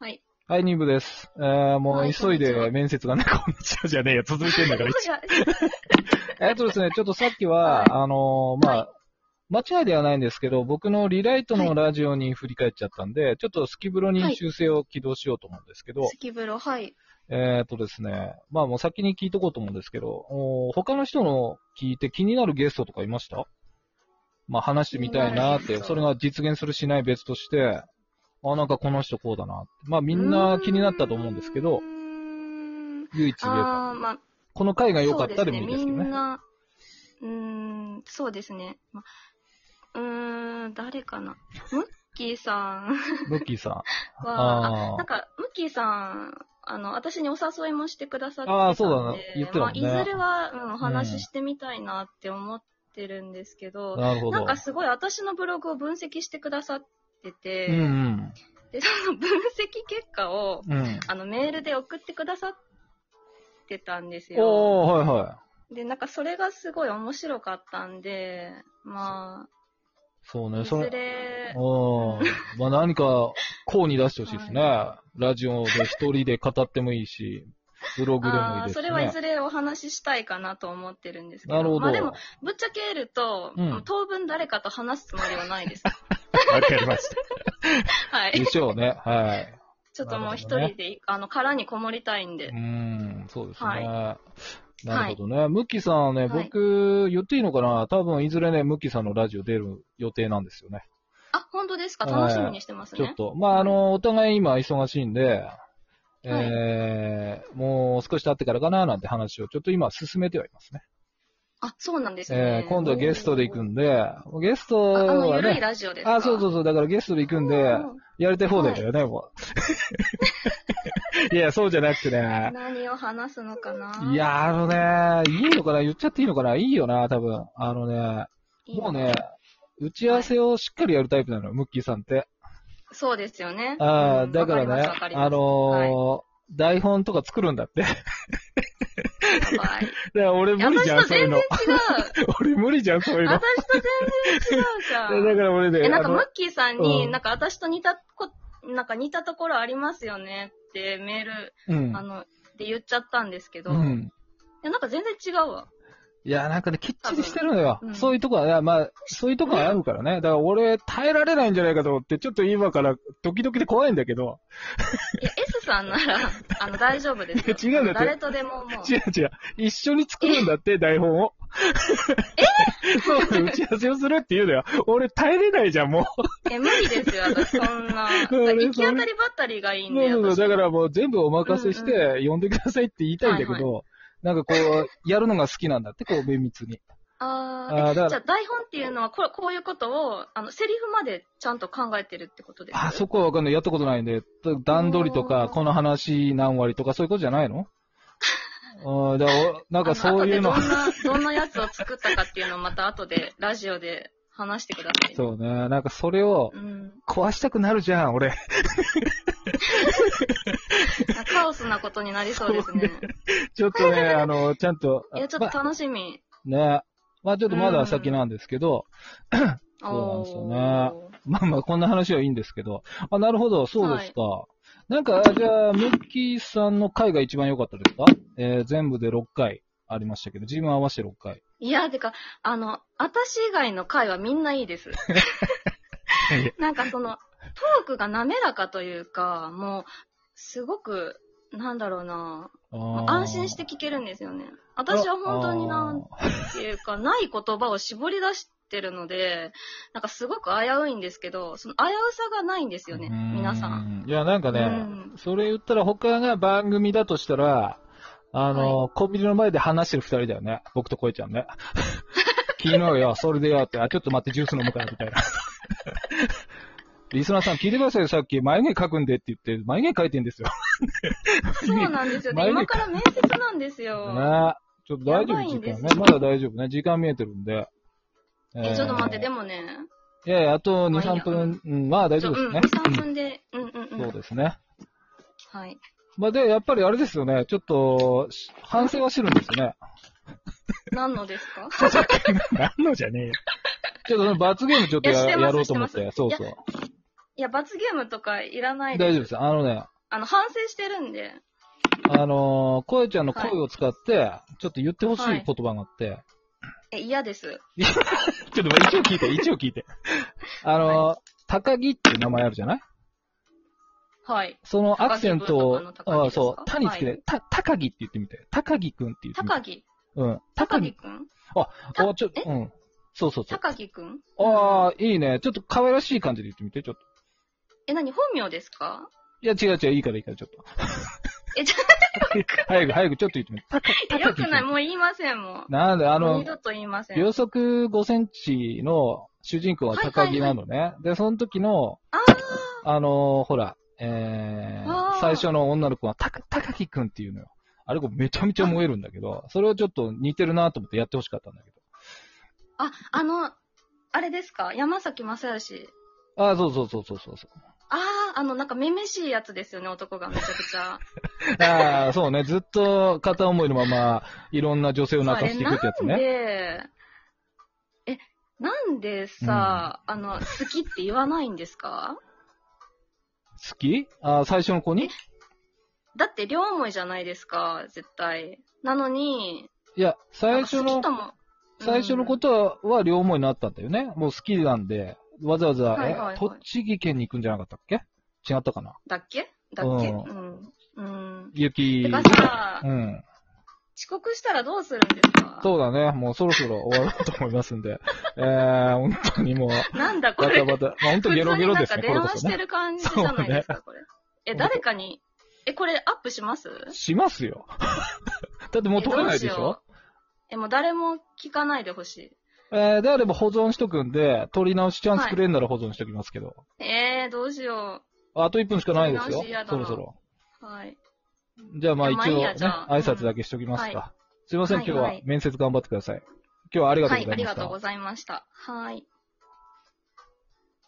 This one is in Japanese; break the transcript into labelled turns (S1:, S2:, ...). S1: はい。
S2: はい、ニブです。あーも
S1: は
S2: う
S1: い
S2: 急い
S1: こんにち
S2: で
S1: は
S2: 面接がね、こ んにちはじゃねえよ、続いてん だから。えっとですね、ちょっとさっきは、あのーまあ、間違いではないんですけど、僕のリライトのラジオに振り返っちゃったんで、ちょっとスキブロに修正を起動しようと思うんですけど、
S1: スキブロ、はい。
S2: えっとですね、まあもう先に聞いとこうと思うんですけど、おー他の人の聞いて気になるゲストとかいましたまあ話してみたい
S1: 気にな
S2: なっ
S1: る
S2: て、
S1: ゲスト
S2: それが実現するしない別として、あ、なんかこの人こうだなって。まあみんな気になったと思うんですけど
S1: うー、ん。
S2: 唯一言えば、
S1: ああ、まあ、
S2: この回が良かった
S1: そう
S2: で
S1: です
S2: もい
S1: ね。
S2: いです
S1: み
S2: けど
S1: ん
S2: ね。
S1: な、うーん、そうですね。まうーん、誰かな。ムッキーさん
S2: ムッキーさん。
S1: は、あ
S2: あー
S1: なんか、ムッキーさん、あの、私にお誘いもしてくださってたんで、
S2: あーそうだな言ってたもんね
S1: まあ、いずれは、うん、お
S2: うん
S1: 話ししてみたいなって思ってるんですけど、
S2: なるほ
S1: なん
S2: ど。
S1: かすごい私のブログを分析してくださってて、
S2: うんうん。
S1: で、その分析結果を、
S2: うん。
S1: あの、メールで送ってくださってたんですよ。
S2: おー、はいはい。
S1: で、なんかそれがすごい面白かったんで、ま
S2: そう
S1: あ、
S2: ね、
S1: い
S2: そ
S1: ず
S2: れ。
S1: れ、
S2: うん。まあ何か、こうに出してほしいですね。ラジオで一人で語ってもいいし、ブログでもいい
S1: あー
S2: です
S1: そ
S2: ね。
S1: れはいずれお話ししたいかなと思ってるんですけど、
S2: なるほど。
S1: まあでも、ぶっちゃけると、
S2: うん
S1: 当分誰かと話すつもりはない です。
S2: わかりました。
S1: は
S2: で
S1: い。
S2: しょうね。はい。
S1: ちょっともう一
S2: なる
S1: 人で、あの、殻にこもりたいんで
S2: うー。ん、そうですね。
S1: はい
S2: なるほどね。ムッキーさんは
S1: は
S2: ね、
S1: い
S2: 僕、言っていいのかな多分、いずれね、ムッキーさんのラジオ出る予定なんですよね。
S1: あ、本当ですか
S2: はい
S1: 楽しみにしてます
S2: ちょっ
S1: ね。
S2: と。まあ、あの、お互い今忙しいんで、えーもう少し経ってからかななんて話をちょっと今進めてはいますね。
S1: あ、そうなんですね。
S2: えー今度はゲストで行く
S1: ん
S2: んで、ゲスト
S1: ああの、
S2: は
S1: ゆるい
S2: ね、
S1: ラジオですか
S2: あ、そうそううそう、だからゲストで行くんで、
S1: ん
S2: やりたい放題だよね、もう。いや、そうじゃなくてね。
S1: 何を話すのかない
S2: い、や、あのね、いいのかな言っちゃっていいのかないいよな、多分。あのね、もうね、打ち合わせをしっかりやるタイプなのよ、ムッキーさんって。
S1: そうですよね。
S2: ああ、
S1: うん
S2: だから
S1: わ
S2: ね
S1: りますわか、ります
S2: あの ー、台本とか作るんだって。 だか
S1: やばい
S2: ら俺無理
S1: 私
S2: じゃん、
S1: と
S2: そうい
S1: 全然
S2: う
S1: 違
S2: の
S1: う。。
S2: 俺無理じゃん、そういうの。
S1: 私
S2: だ
S1: と全然違うじ ゃん。
S2: から俺ね、
S1: え、なん
S2: あ
S1: か、
S2: の
S1: ムッキーさんに、
S2: うん
S1: なんか私と似たこ、なんか似たところありますよねってメール、
S2: うん
S1: あ。の、で言っちゃったんですけど、
S2: う
S1: い
S2: ん。
S1: やなんか全然違うわ。
S2: いや、なんかね、きっちりしてるのよ
S1: 多。分うん
S2: そういうとこは、いやまあ、そういうとこはあるからね。だから俺、耐えられないんじゃないかと思って、ちょっと今から、ドキドキで怖いんだけど、
S1: いや、S さんなら、あの、大丈夫ですよ。
S2: い や違うんだって
S1: 誰とでももう。
S2: 違う違う、一緒に作るんだって、台本を。え そう、打ち合わせをするって言うのよ。俺、耐えれないじゃん、もう。
S1: え、無理ですよ、私、そんな。行
S2: それ
S1: き当たりばったりがいいん
S2: そう
S1: で、
S2: そうそう、
S1: 私
S2: だからもう全部お任せして、呼んでくださいって言いたいんだけど、
S1: はい
S2: なんかこう、やるのが好きなんだって、こう、綿密に。あ
S1: あ
S2: ーだか
S1: あ、
S2: ら
S1: えじゃあ台本っていうのはこ、こういうことを、あの、セリフまでちゃんと考えてるってことです
S2: あ、そこはわかんない。やったことないんで、段取りと
S1: う
S2: か、
S1: ん
S2: この話何割とか、そういうことじゃな いのうん、だからおなん
S1: あの
S2: かそういうの
S1: 後、でどんな、 どんなやつを作ったかっていうのをまた後で、ラジオで話してください。
S2: そうね、なんかそれを
S1: うん。
S2: 壊したくなるじゃん、俺。
S1: カオスなことになりそうですね。
S2: ちょっとね、あの、ちゃんと、
S1: いや、ちょっ
S2: ま
S1: と楽しみ。
S2: あね、まあちょっとまだ先なんですけど、そうなんですよね
S1: おー
S2: まあまあ、こんな話はいいんですけど。あ、なるほど、そうですか。なんか、あじゃあ、ムッキーさんの回が一番良かったですかえー全部で6回ありましたけど、自分合わせて6回。
S1: いや、てか、あの、私以外の回はみんないいです。なんかその、トークが滑らかというか、もう、すごく、なんだろうな
S2: あ
S1: ま
S2: ー
S1: あ安心して聞けるんですよね。私は本当になん
S2: あー
S1: ていうか、ない言葉を絞り出してるので、なんかすごく危ういんですけど、その危うさがないんですよね、皆さん。。
S2: ういや、なんかね、
S1: うん
S2: それ言ったら他が番組だとしたら、あの、コンビニの前で話してる二人だよね。僕とこえちゃ んね。昨日よ、それでよって、あ、ちょっと待って、ジュース飲むから、みたいな。リスナーさん聞いてくださいよ、さっき眉毛描くんでって言って、眉毛描いてんですよ。
S1: そうなんですよ ね。
S2: 前に
S1: 今から面接なんですよ。
S2: ねちょっと大丈
S1: やばい
S2: 夫、時
S1: んですよ
S2: 間ね。まだ大丈夫ね。時間見えてるんで。
S1: え、ちょっと待って、で
S2: も。
S1: もね、
S2: いやいや、あと2、
S1: まあいい
S2: 3
S1: や
S2: 分。うん、まあ大
S1: ち
S2: 丈
S1: ょ
S2: 夫
S1: う
S2: です
S1: ん、2、。3
S2: ね
S1: 分で、うんう
S2: うん
S1: んう。
S2: そうんですね。
S1: はい。
S2: まあ、で、やっぱりあれですよね。ちょっと、し反省はしてるんですよね。
S1: 何のですか
S2: なんのじゃねえよ。ちょっとその罰ゲームちょっと
S1: いや
S2: や
S1: してます
S2: やろうと思っ
S1: して
S2: て。そうそう。
S1: いや、罰ゲームとかいらない
S2: 大
S1: です。
S2: 丈夫です。あのね、
S1: あの、反省してるんで。
S2: あのー、声ちゃんの声を使って、ちょっと言ってほしい言葉があって、
S1: え、嫌です。
S2: ちょっとまあ一応聞いて、一応聞いて。 あのー、高木っていう名前あるじゃない
S1: はい。
S2: そのアクセントを
S1: 高木部と、かの高木
S2: あ
S1: ですか
S2: そう、他につけて、た、高木って言ってみて。高木くんって言ってみて。
S1: 高木。
S2: うん。
S1: 高木くん
S2: 高木。お、ちょ、
S1: え
S2: うん。そうそうそう。
S1: 高木くん
S2: ああ、いいね。ちょっと可愛らしい感じで言ってみて、ちょっと。
S1: え、何本名ですか
S2: いや、違う違う、いいからいいから、ちょっと。
S1: え、ちょ
S2: 早く、早く、ちょっと言ってみて。
S1: っと、よくない。もう言いませんもん。
S2: なんで、あ
S1: もう
S2: の
S1: 二、度と言いません。
S2: 秒速5センチの主人公は高木なのね。で、その時の、
S1: あ
S2: あのーほら、え
S1: あ
S2: ー、
S1: ー
S2: 最初の女の子は、た、高木くんっていうのよ。あれ、こうめちゃめちゃ燃えるんだけど、それをちょっと似てるなと思ってやってほしかったんだけど。
S1: あ、あ、あの、あれですか山崎正義。
S2: ああ、そうそうそうそうそうそ
S1: ああ、あの、なんか、めめしいやつですよね、男がめちゃくち ゃ。
S2: う。ああ、そうね。ずっと片思いのまま、いろんな女性を泣かしていくってやつ
S1: あれなん
S2: ね。
S1: で、え、なんでさ、あの、好きって言わないんですか
S2: 好きああ、最初の子に
S1: だって両思いじゃないですか、絶対。なのに、
S2: いや、最
S1: な
S2: 初
S1: ん
S2: の
S1: か好きとも。、
S2: 最初のこととは両思いになったんだよね。もう好きなんで、わざわざ、
S1: はいはいはい
S2: え、栃木県に行くんじゃなかったっけ違ったかな
S1: だっけだっけ
S2: う
S1: うん。うん。
S2: 雪。
S1: てかさ、
S2: うん。
S1: 遅刻したらどうするんですか
S2: そうだね。もうそろそろ終わろうと思いますんで。 えー、本当にもう、
S1: なんだこ
S2: バタ
S1: れ。
S2: バタ。まあ、本
S1: 普通
S2: 当ゲ
S1: に
S2: ロゲロ
S1: なん
S2: です
S1: か
S2: ね、
S1: 電
S2: これこ
S1: 話し
S2: そ
S1: て
S2: ね。
S1: る感じじゃないですか、これ。え、
S2: 当
S1: 誰かに、え、これアップします
S2: しますよ。 だってもう取れないでし
S1: えどう
S2: ょ
S1: ようえ、もう誰も聞かないでほし
S2: えー、であれば保存しとくんで、取り直しチャンスくれんなら保存しときますけど。
S1: い。えー、どうしよ
S2: あと1分しかないですよ
S1: 取り直し嫌だ。な
S2: そろそろ。
S1: う。はい。
S2: じゃあまあ
S1: いや
S2: 一
S1: まあ
S2: 応
S1: いい
S2: ね、
S1: やじゃあ
S2: 挨拶だけしときますか。
S1: うんは
S2: すいません、
S1: は
S2: 今
S1: い
S2: 日は面接頑張ってください。今日はありがとう
S1: は
S2: ご
S1: い、
S2: ざ
S1: あ
S2: いま
S1: り
S2: した。
S1: がとうございました。はい。